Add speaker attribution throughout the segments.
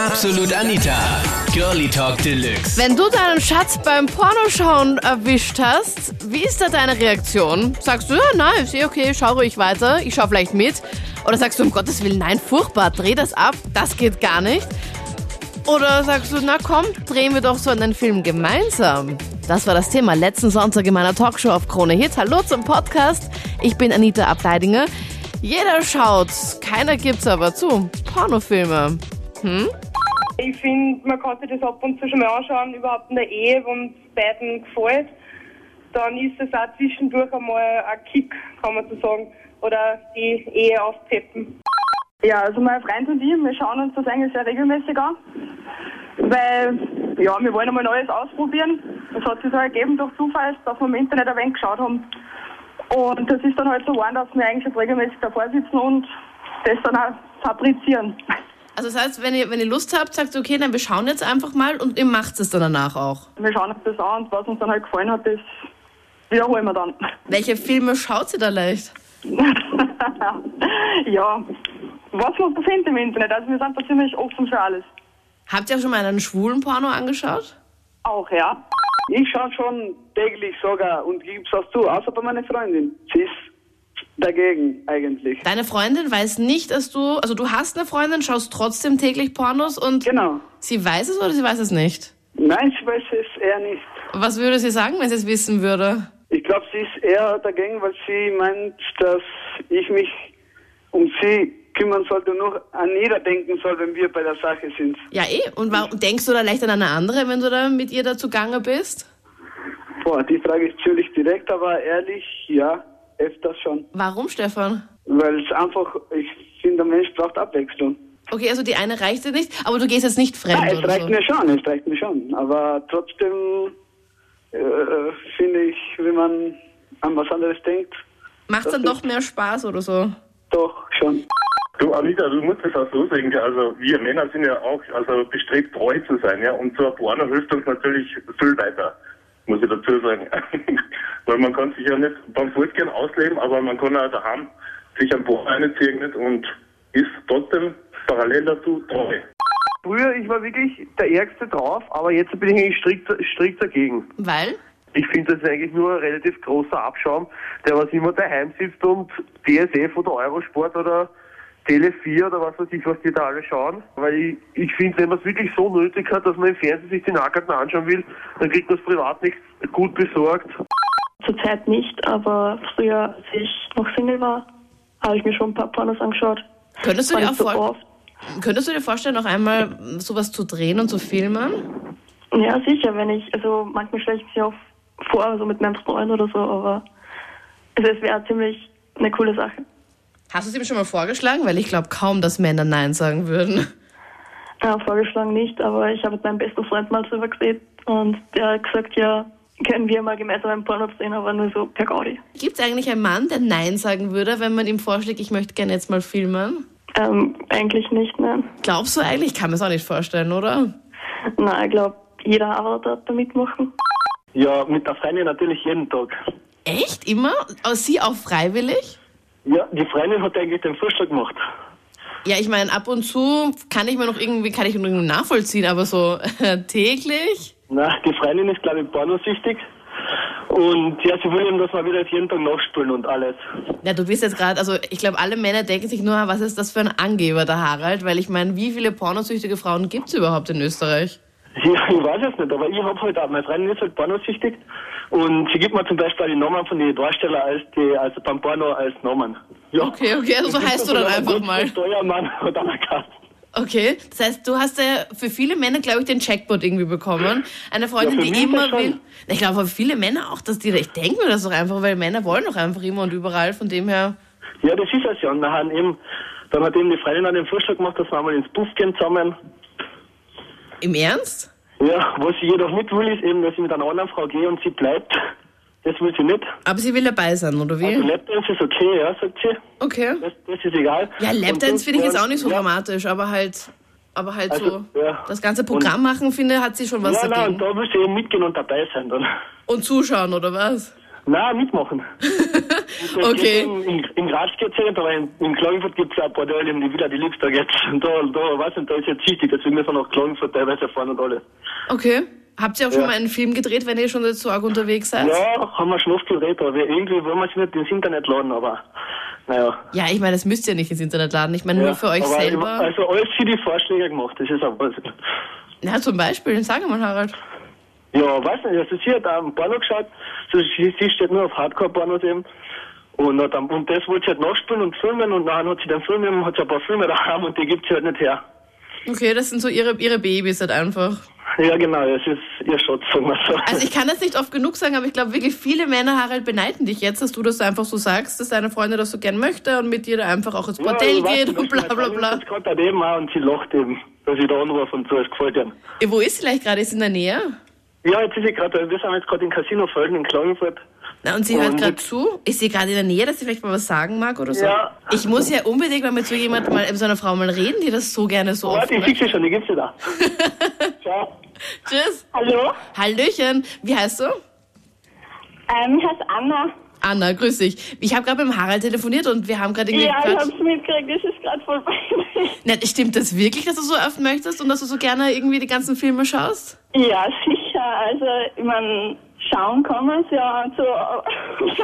Speaker 1: Absolut Anita. Girlie Talk Deluxe.
Speaker 2: Wenn du deinen Schatz beim Pornoschauen erwischt hast, wie ist da deine Reaktion? Sagst du, ja, nein, ist eh okay, schau ruhig weiter, ich schau vielleicht mit. Oder sagst du, um Gottes Willen, nein, furchtbar, dreh das ab, das geht gar nicht. Oder sagst du, na komm, drehen wir doch so einen Film gemeinsam. Das war das Thema letzten Sonntag in meiner Talkshow auf Krone Hit. Hallo zum Podcast. Ich bin Anita Ableidinger. Jeder schaut, keiner gibt's aber zu. Pornofilme.
Speaker 3: Ich finde, man kann sich das ab und zu schon mal anschauen, überhaupt in der Ehe, wenn es beiden gefällt. Dann ist es auch zwischendurch einmal ein Kick, kann man so sagen. Oder die Ehe aufpeppen.
Speaker 4: Ja, also mein Freund und ich, wir schauen uns das eigentlich sehr regelmäßig an, weil ja, wir wollen einmal Neues ausprobieren. Das hat sich so ergeben durch Zufall, dass wir im Internet ein wenig geschaut haben. Und das ist dann halt so geworden, dass wir eigentlich jetzt regelmäßig davor sitzen und das dann auch fabrizieren.
Speaker 2: Also das heißt, wenn ihr, wenn ihr Lust habt, sagt ihr, okay, dann wir schauen jetzt einfach mal und ihr macht es dann danach auch.
Speaker 4: Wir schauen uns das an und was uns dann halt gefallen hat, das wiederholen wir dann.
Speaker 2: Welche Filme schaut ihr da leicht?
Speaker 4: ja, was man so findet im Internet. Also wir sind da ziemlich offen für alles.
Speaker 2: Habt ihr auch schon mal einen schwulen Porno angeschaut?
Speaker 4: Auch, ja.
Speaker 5: Ich schaue schon täglich sogar und gib's auch zu, außer bei meiner Freundin. Sie ist dagegen eigentlich.
Speaker 2: Deine Freundin weiß nicht, dass du, also du hast eine Freundin, schaust trotzdem täglich Pornos und
Speaker 5: Genau.
Speaker 2: sie weiß es oder sie weiß es nicht?
Speaker 5: Nein, ich weiß es eher nicht.
Speaker 2: Was würde sie sagen, wenn sie es wissen würde?
Speaker 5: Ich glaube, sie ist eher dagegen, weil sie meint, dass ich mich um sie kümmern sollte und nur an jeder denken soll, wenn wir bei der Sache sind.
Speaker 2: Ja, eh. Und warum denkst du da leicht an eine andere, wenn du da mit ihr da zugange bist?
Speaker 5: Boah, die Frage ist ziemlich direkt, aber ehrlich, ja, öfters schon.
Speaker 2: Warum, Stefan?
Speaker 5: Weil es einfach, ich finde, der Mensch braucht Abwechslung.
Speaker 2: Okay, also die eine reicht dir nicht, aber du gehst jetzt nicht fremd
Speaker 5: Ja, es
Speaker 2: oder
Speaker 5: reicht
Speaker 2: so.
Speaker 5: mir schon, es reicht mir schon. Aber trotzdem äh, finde ich, wenn man an was anderes denkt,
Speaker 2: Macht dann doch mehr Spaß oder so.
Speaker 5: doch schon.
Speaker 6: Du, Anita, du musst es auch so sehen, gell, also wir Männer sind ja auch also bestrebt, treu zu sein, ja, und so ein Porno hilft uns natürlich viel weiter, muss ich dazu sagen. Weil man kann sich ja nicht beim Fußgehen ausleben, aber man kann auch daheim sich ein Porno einziehen nicht, und ist trotzdem parallel dazu treu.
Speaker 7: Früher, ich war wirklich der Ärgste drauf, aber jetzt bin ich eigentlich strikt, strikt dagegen.
Speaker 2: Weil?
Speaker 7: Ich finde, das ist eigentlich nur ein relativ großer Abschaum, der was immer daheim sitzt und DSF oder Eurosport oder Tele 4 oder was weiß ich, was die da alle schauen. Weil ich, ich finde, wenn man es wirklich so nötig hat, dass man im Fernsehen sich den Nackerten anschauen will, dann kriegt man es privat nicht gut besorgt.
Speaker 8: Zurzeit nicht, aber früher, als ich noch Single war, habe ich mir schon ein paar Pornos angeschaut.
Speaker 2: Könntest du,
Speaker 8: War
Speaker 2: dir auch
Speaker 8: nicht so
Speaker 2: vor
Speaker 8: oft.
Speaker 2: könntest du dir vorstellen, noch einmal sowas zu drehen und zu filmen?
Speaker 8: Ja, sicher, wenn ich, also manchmal stelle ich mich auch vor, so mit meinem Freund oder so, aber also es wäre ziemlich eine coole Sache.
Speaker 2: Hast du es ihm schon mal vorgeschlagen? Weil ich glaube kaum, dass Männer Nein sagen würden.
Speaker 8: Ja, vorgeschlagen nicht, aber ich habe mit meinem besten Freund mal drüber geredet und der hat gesagt, ja, können wir mal gemeinsam einen Porno sehen, aber nur so per Gaudi.
Speaker 2: Gibt es eigentlich einen Mann, der Nein sagen würde, wenn man ihm vorschlägt, ich möchte gerne jetzt mal filmen?
Speaker 8: Ähm, eigentlich nicht, ne?
Speaker 2: Glaubst du eigentlich? Ich kann mir es auch nicht vorstellen, oder?
Speaker 8: Na, ich glaube, jeder Avatar hat da mitmachen.
Speaker 9: Ja, mit der Freundin natürlich jeden Tag.
Speaker 2: Echt? Immer? Aber sie auch freiwillig?
Speaker 9: Ja, die Freundin hat eigentlich den Vorschlag gemacht.
Speaker 2: Ja, ich meine, ab und zu kann ich mir noch irgendwie, kann ich noch irgendwie nachvollziehen, aber so täglich?
Speaker 9: Na, die Freundin ist, glaube ich, pornosüchtig. Und ja, sie will eben, dass wir wieder jeden Tag nachspulen und alles.
Speaker 2: Ja, du bist jetzt gerade, also ich glaube, alle Männer denken sich nur, was ist das für ein Angeber, der Harald? Weil ich meine, wie viele pornosüchtige Frauen gibt es überhaupt in Österreich?
Speaker 9: Ja, ich weiß es nicht, aber ich hab halt auch, meine Freundin ist halt pornosüchtig. Und sie gibt mir zum Beispiel auch die Namen von den Darstellern als die, also beim Porno als Namen. Ja.
Speaker 2: Okay, okay, also so heißt du dann einfach mal.
Speaker 9: Steuermann oder Kasten.
Speaker 2: Okay, das heißt, du hast ja für viele Männer, glaube ich, den Checkpot irgendwie bekommen. Eine Freundin,
Speaker 9: Ja, für
Speaker 2: die
Speaker 9: mich
Speaker 2: immer
Speaker 9: ja schon.
Speaker 2: will. Ich glaube, für viele Männer auch, dass die, ich denke mir das doch einfach, weil Männer wollen doch einfach immer und überall, von dem her.
Speaker 9: Ja, das ist es ja. Und dann, haben eben, dann hat eben die Freundin auch den Vorschlag gemacht, dass wir mal ins Puff gehen zusammen.
Speaker 2: Im Ernst?
Speaker 9: Ja, was sie jedoch nicht will, ist eben, dass ich mit einer anderen Frau gehe und sie bleibt. Das will sie nicht.
Speaker 2: Aber sie will dabei sein, oder
Speaker 9: Also
Speaker 2: wie?
Speaker 9: Lapdance ist okay, ja, sagt sie.
Speaker 2: Okay.
Speaker 9: Das, das ist egal.
Speaker 2: Ja,
Speaker 9: Und
Speaker 2: Lapdance
Speaker 9: das
Speaker 2: finde ich jetzt
Speaker 9: war-
Speaker 2: auch nicht so
Speaker 9: ja,
Speaker 2: dramatisch, aber halt, aber halt
Speaker 9: Also,
Speaker 2: so.
Speaker 9: ja.
Speaker 2: Das ganze Programm machen, finde, hat sie schon was
Speaker 9: Ja, nein, und
Speaker 2: dagegen.
Speaker 9: da will sie eben mitgehen und dabei sein dann.
Speaker 2: Und zuschauen, oder was?
Speaker 9: Nein, mitmachen.
Speaker 2: Okay.
Speaker 7: In, in, in Graz geht's ja nicht, aber in, in Klagenfurt gibt's ja ein paar Teile, die wieder die Liebstag jetzt. Und da, da, weiß nicht, da ist jetzt wichtig, deswegen müssen wir nach Klagenfurt teilweise fahren und alles.
Speaker 2: Okay. Habt ihr auch schon
Speaker 7: Ja.
Speaker 2: mal einen Film gedreht, wenn ihr schon jetzt so arg unterwegs seid?
Speaker 7: Ja, haben wir schon oft geredet, aber irgendwie wollen wir es nicht ins Internet laden, aber naja.
Speaker 2: Ja, ich meine, das müsst ihr nicht ins Internet laden. Ich meine,
Speaker 7: Ja,
Speaker 2: nur für euch
Speaker 7: aber
Speaker 2: selber.
Speaker 7: Also alles für die Vorschläge gemacht, das ist ein Wahnsinn.
Speaker 2: ja, zum Beispiel, sag mal, Harald.
Speaker 7: Ja, weiß nicht, also sie hat auch einen Porno geschaut, so, sie, sie steht nur auf Hardcore-Pornos eben. Und, hat dann, und das wollte sie halt nachspielen und filmen und dann hat sie den Film eben, hat sie ein paar Filme daheim und die gibt sie halt nicht her.
Speaker 2: Okay, das sind so ihre, ihre Babys halt einfach.
Speaker 7: Ja, genau, das ist ihr Schatz, sagen wir so.
Speaker 2: Also ich kann das nicht oft genug sagen, aber ich glaube wirklich viele Männer, Harald, beneiden dich jetzt, dass du das einfach so sagst, dass deine Freundin das so gern möchte und mit dir da einfach auch ins
Speaker 9: also,
Speaker 2: Bordell geht und bla bla bla.
Speaker 7: Das kommt halt eben auch und sie lacht eben, dass ich da anrufe und so, es gefällt ihr.
Speaker 2: Ja, Äh, Wo ist sie vielleicht gerade? Ist sie in der Nähe?
Speaker 7: Ja, jetzt ist sie gerade, wir sind jetzt gerade in Casinofelden in Klagenfurt.
Speaker 2: Na, und sie hört
Speaker 7: Und
Speaker 2: gerade zu? Ist sie gerade in der Nähe, dass sie vielleicht mal was sagen mag oder so?
Speaker 7: Ja.
Speaker 2: Ich muss ja unbedingt mal mit so jemandem, mal, mit so einer Frau mal reden, die das so gerne so oft
Speaker 7: Warte, ich
Speaker 2: macht.
Speaker 7: fixe schon, die gibt's ja da. Ciao.
Speaker 2: Tschüss.
Speaker 8: Hallo?
Speaker 2: Hallöchen. Wie heißt du?
Speaker 8: Ähm, ich heiße Anna.
Speaker 2: Anna, grüß dich. Ich habe gerade mit dem Harald telefoniert und wir haben gerade irgendwie
Speaker 8: ja, ich
Speaker 2: gequatscht.
Speaker 8: hab's mitgekriegt, das ist gerade voll peinlich.
Speaker 2: Na, stimmt das wirklich, dass du so oft möchtest und dass du so gerne irgendwie die ganzen Filme schaust?
Speaker 8: Ja, sicher, also, ich mein, schauen kann man's ja und so.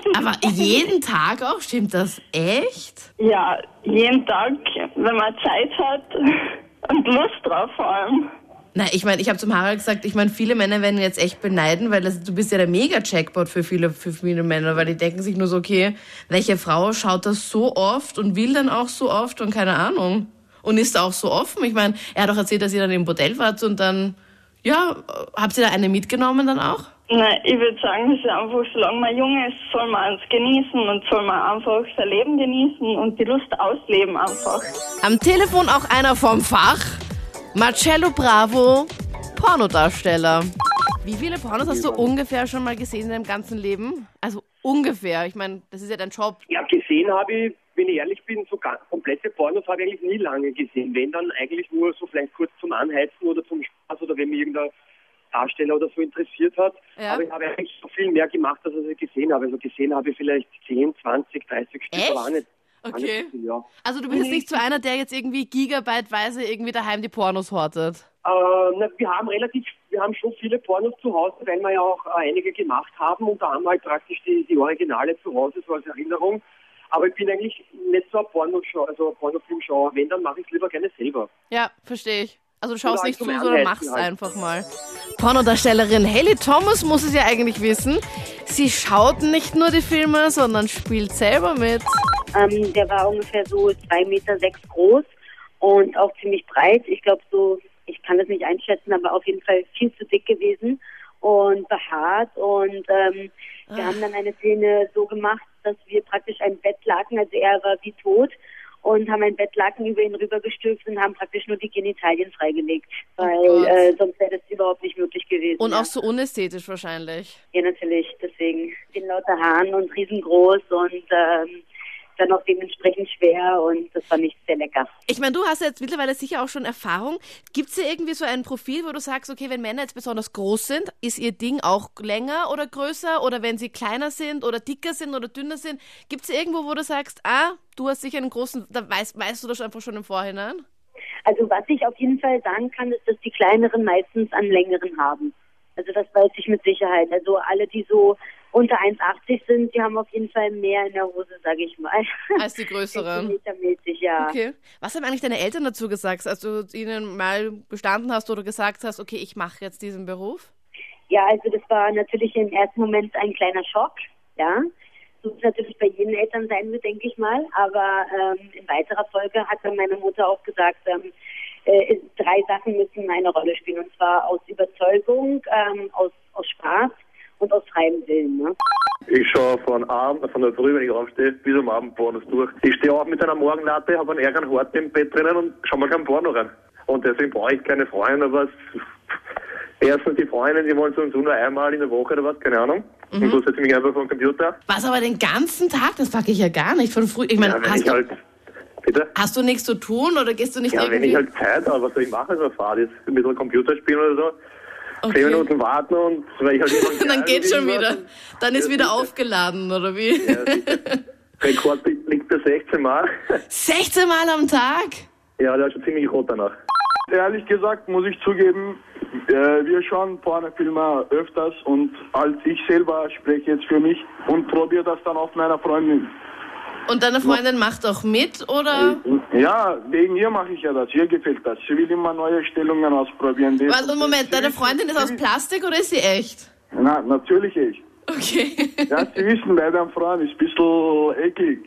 Speaker 2: Aber jeden Tag auch? Stimmt das echt?
Speaker 8: Ja, jeden Tag, wenn man Zeit hat und Lust drauf vor allem.
Speaker 2: Na, ich meine, ich habe zum Harald gesagt, ich meine, viele Männer werden jetzt echt beneiden, weil das, du bist ja der Mega-Jackpot für viele, für viele Männer, weil die denken sich nur so, okay, welche Frau schaut das so oft und will dann auch so oft und keine Ahnung. Und ist auch so offen. Ich meine, er hat doch erzählt, dass ihr dann im Bordell wart und dann, ja, habt ihr da eine mitgenommen dann auch?
Speaker 8: Nein, ich würde sagen, das ist einfach, solange man jung ist, soll man es genießen und soll man einfach sein Leben genießen und die Lust ausleben einfach.
Speaker 2: Am Telefon auch einer vom Fach. Marcello Bravo, Pornodarsteller. Wie viele Pornos hast du ungefähr schon mal gesehen in deinem ganzen Leben? Also ungefähr. Ich meine, das ist ja dein Job.
Speaker 9: Ja, gesehen habe ich, wenn ich ehrlich bin, so ga- komplette Pornos habe ich eigentlich nie lange gesehen. Wenn dann eigentlich nur so vielleicht kurz zum Anheizen oder zum Spaß oder wenn mich irgendein Darsteller oder so interessiert hat.
Speaker 2: Ja.
Speaker 9: Aber ich habe eigentlich so viel mehr gemacht, als ich gesehen habe. Also gesehen habe ich vielleicht 10, 20, 30 Stück.
Speaker 2: Echt?
Speaker 9: Aber auch nicht, auch
Speaker 2: Okay.
Speaker 9: nicht, viel, ja.
Speaker 2: Also du bist
Speaker 9: Mhm.
Speaker 2: jetzt nicht so einer, der jetzt irgendwie gigabyteweise irgendwie daheim die Pornos hortet.
Speaker 9: Äh, na, wir haben relativ, wir haben schon viele Pornos zu Hause, weil wir ja auch äh, einige gemacht haben und da haben wir halt praktisch die, die Originale zu Hause, so als Erinnerung. Aber ich bin eigentlich nicht so ein Pornoschauer, also ein Pornofilmschauer. Wenn, dann mache ich es lieber gerne selber.
Speaker 2: Ja, verstehe ich. Also du schaust
Speaker 9: Oder
Speaker 2: nicht zu,
Speaker 9: zum
Speaker 2: sondern
Speaker 9: Anheizen
Speaker 2: machst
Speaker 9: halt.
Speaker 2: einfach mal. Pornodarstellerin Haley Thomas muss es ja eigentlich wissen. Sie schaut nicht nur die Filme, sondern spielt selber mit.
Speaker 10: Ähm, der war ungefähr so 2,6 Meter sechs groß und auch ziemlich breit. Ich glaube so, ich kann das nicht einschätzen, aber auf jeden Fall viel zu dick gewesen und behaart. Und ähm, wir
Speaker 2: Ah.
Speaker 10: haben dann eine Szene so gemacht, dass wir praktisch ein Bettlaken, also er war wie tot, und haben ein Bettlaken über ihn rübergestülpt und haben praktisch nur die Genitalien freigelegt, weil äh, sonst wäre das überhaupt nicht möglich gewesen.
Speaker 2: Oh Und
Speaker 10: ja.
Speaker 2: auch so unästhetisch wahrscheinlich.
Speaker 10: Ja, natürlich. Deswegen den lauter Haaren und riesengroß und ähm, dann auch dementsprechend schwer und das war nicht sehr lecker.
Speaker 2: Ich meine, du hast ja jetzt mittlerweile sicher auch schon Erfahrung. Gibt es hier irgendwie so ein Profil, wo du sagst, okay, wenn Männer jetzt besonders groß sind, ist ihr Ding auch länger oder größer? Oder wenn sie kleiner sind oder dicker sind oder dünner sind? Gibt es irgendwo, wo du sagst, ah, du hast sicher einen großen, da weißt, weißt du das einfach schon im Vorhinein?
Speaker 10: Also was ich auf jeden Fall sagen kann, ist, dass die kleineren meistens an längeren haben. Also das weiß ich mit Sicherheit. Also alle, die so unter 1,80 sind, die haben auf jeden Fall mehr in der Hose, sage ich mal.
Speaker 2: Als die größeren.
Speaker 10: Metermäßig, ja.
Speaker 2: Okay. Was haben eigentlich deine Eltern dazu gesagt, als du ihnen mal gestanden hast oder gesagt hast, okay, ich mache jetzt diesen Beruf?
Speaker 10: Ja, also das war natürlich im ersten Moment ein kleiner Schock, ja. So wie es natürlich bei jedem Eltern sein wird, denke ich mal. Aber ähm, in weiterer Folge hat dann meine Mutter auch gesagt, ähm, äh, drei Sachen müssen eine Rolle spielen. Und zwar aus Überzeugung, ähm, aus, aus Spaß und aus freiem Willen. Ne?
Speaker 11: Ich schaue von, Abend, von der Früh, wenn ich aufstehe, bis am Abend Pornos durch. Ich stehe auf mit einer Morgenlatte, habe einen ärgeren Horten im Bett drinnen und schaue mal keinen Porno rein. Und deswegen brauche ich keine Freundin oder was. Erstens die Freundin, die wollen sowieso nur einmal in der Woche oder was, keine Ahnung. Und so setze ich mich einfach vor den Computer.
Speaker 2: Was aber den ganzen Tag? Das packe ich ja gar nicht. Von früh. Ich meine,
Speaker 11: Ja, wenn
Speaker 2: hast,
Speaker 11: ich
Speaker 2: du,
Speaker 11: halt, bitte?
Speaker 2: hast du nichts zu tun oder gehst du nicht
Speaker 11: Ja, wenn
Speaker 9: halt
Speaker 2: irgendwie?
Speaker 11: ich halt Zeit habe, was soll ich machen, wenn man fahrt ist, mit einem Computer spielen oder so.
Speaker 5: Zehn Minuten warten und weil ich halt jemanden
Speaker 2: Dann
Speaker 5: geil
Speaker 2: geht's schon
Speaker 5: bin,
Speaker 2: wieder. Dann ist wieder aufgeladen, oder wie?
Speaker 5: Rekord liegt bei 16 Mal.
Speaker 2: 16 Mal am Tag?
Speaker 5: Ja, der ist schon ziemlich rot danach.
Speaker 9: Ehrlich gesagt muss ich zugeben, äh, wir schauen Pornofilme öfters und als ich selber spreche jetzt für mich und probiere das dann auf meiner Freundin.
Speaker 2: Und deine Freundin macht auch mit, oder?
Speaker 9: Ja, wegen ihr mache ich ja das, ihr gefällt das. Sie will immer neue Stellungen ausprobieren. Die-
Speaker 2: Warte, Moment, deine Freundin ist aus Plastik oder ist sie echt?
Speaker 9: Na, natürlich ich.
Speaker 2: Okay.
Speaker 9: Ja, Sie wissen, bei einem Freund ist ein bisschen eckig.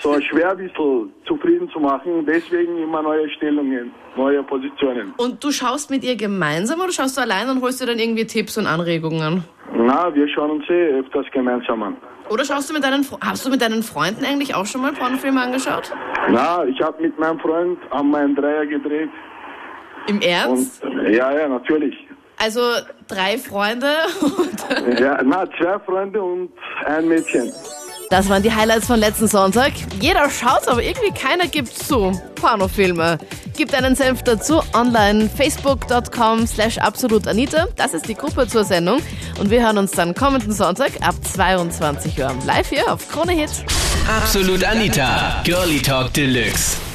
Speaker 9: So schwer ein bisschen zufrieden zu machen, deswegen immer neue Stellungen, neue Positionen.
Speaker 2: Und du schaust mit ihr gemeinsam oder schaust du allein und holst dir dann irgendwie Tipps und Anregungen?
Speaker 9: Na, wir schauen uns eh öfters gemeinsam an.
Speaker 2: Oder schaust du mit deinen Fre- hast du mit deinen Freunden eigentlich auch schon mal Pornofilme angeschaut?
Speaker 9: Na, ich habe mit meinem Freund an meinen Dreier gedreht.
Speaker 2: Im Ernst?
Speaker 9: Und, ja, ja, natürlich.
Speaker 2: Also drei Freunde und
Speaker 9: Ja, na, zwei Freunde und ein Mädchen.
Speaker 2: Das waren die Highlights von letzten Sonntag. Jeder schaut, aber irgendwie keiner gibt zu. Pornofilme. Gibt einen Senf dazu online facebook.com slash absolutanita. Das ist die Gruppe zur Sendung. Und wir hören uns dann kommenden Sonntag ab 22 Uhr live hier auf Krone Hit.
Speaker 1: Absolut Anita, Girlie Talk Deluxe.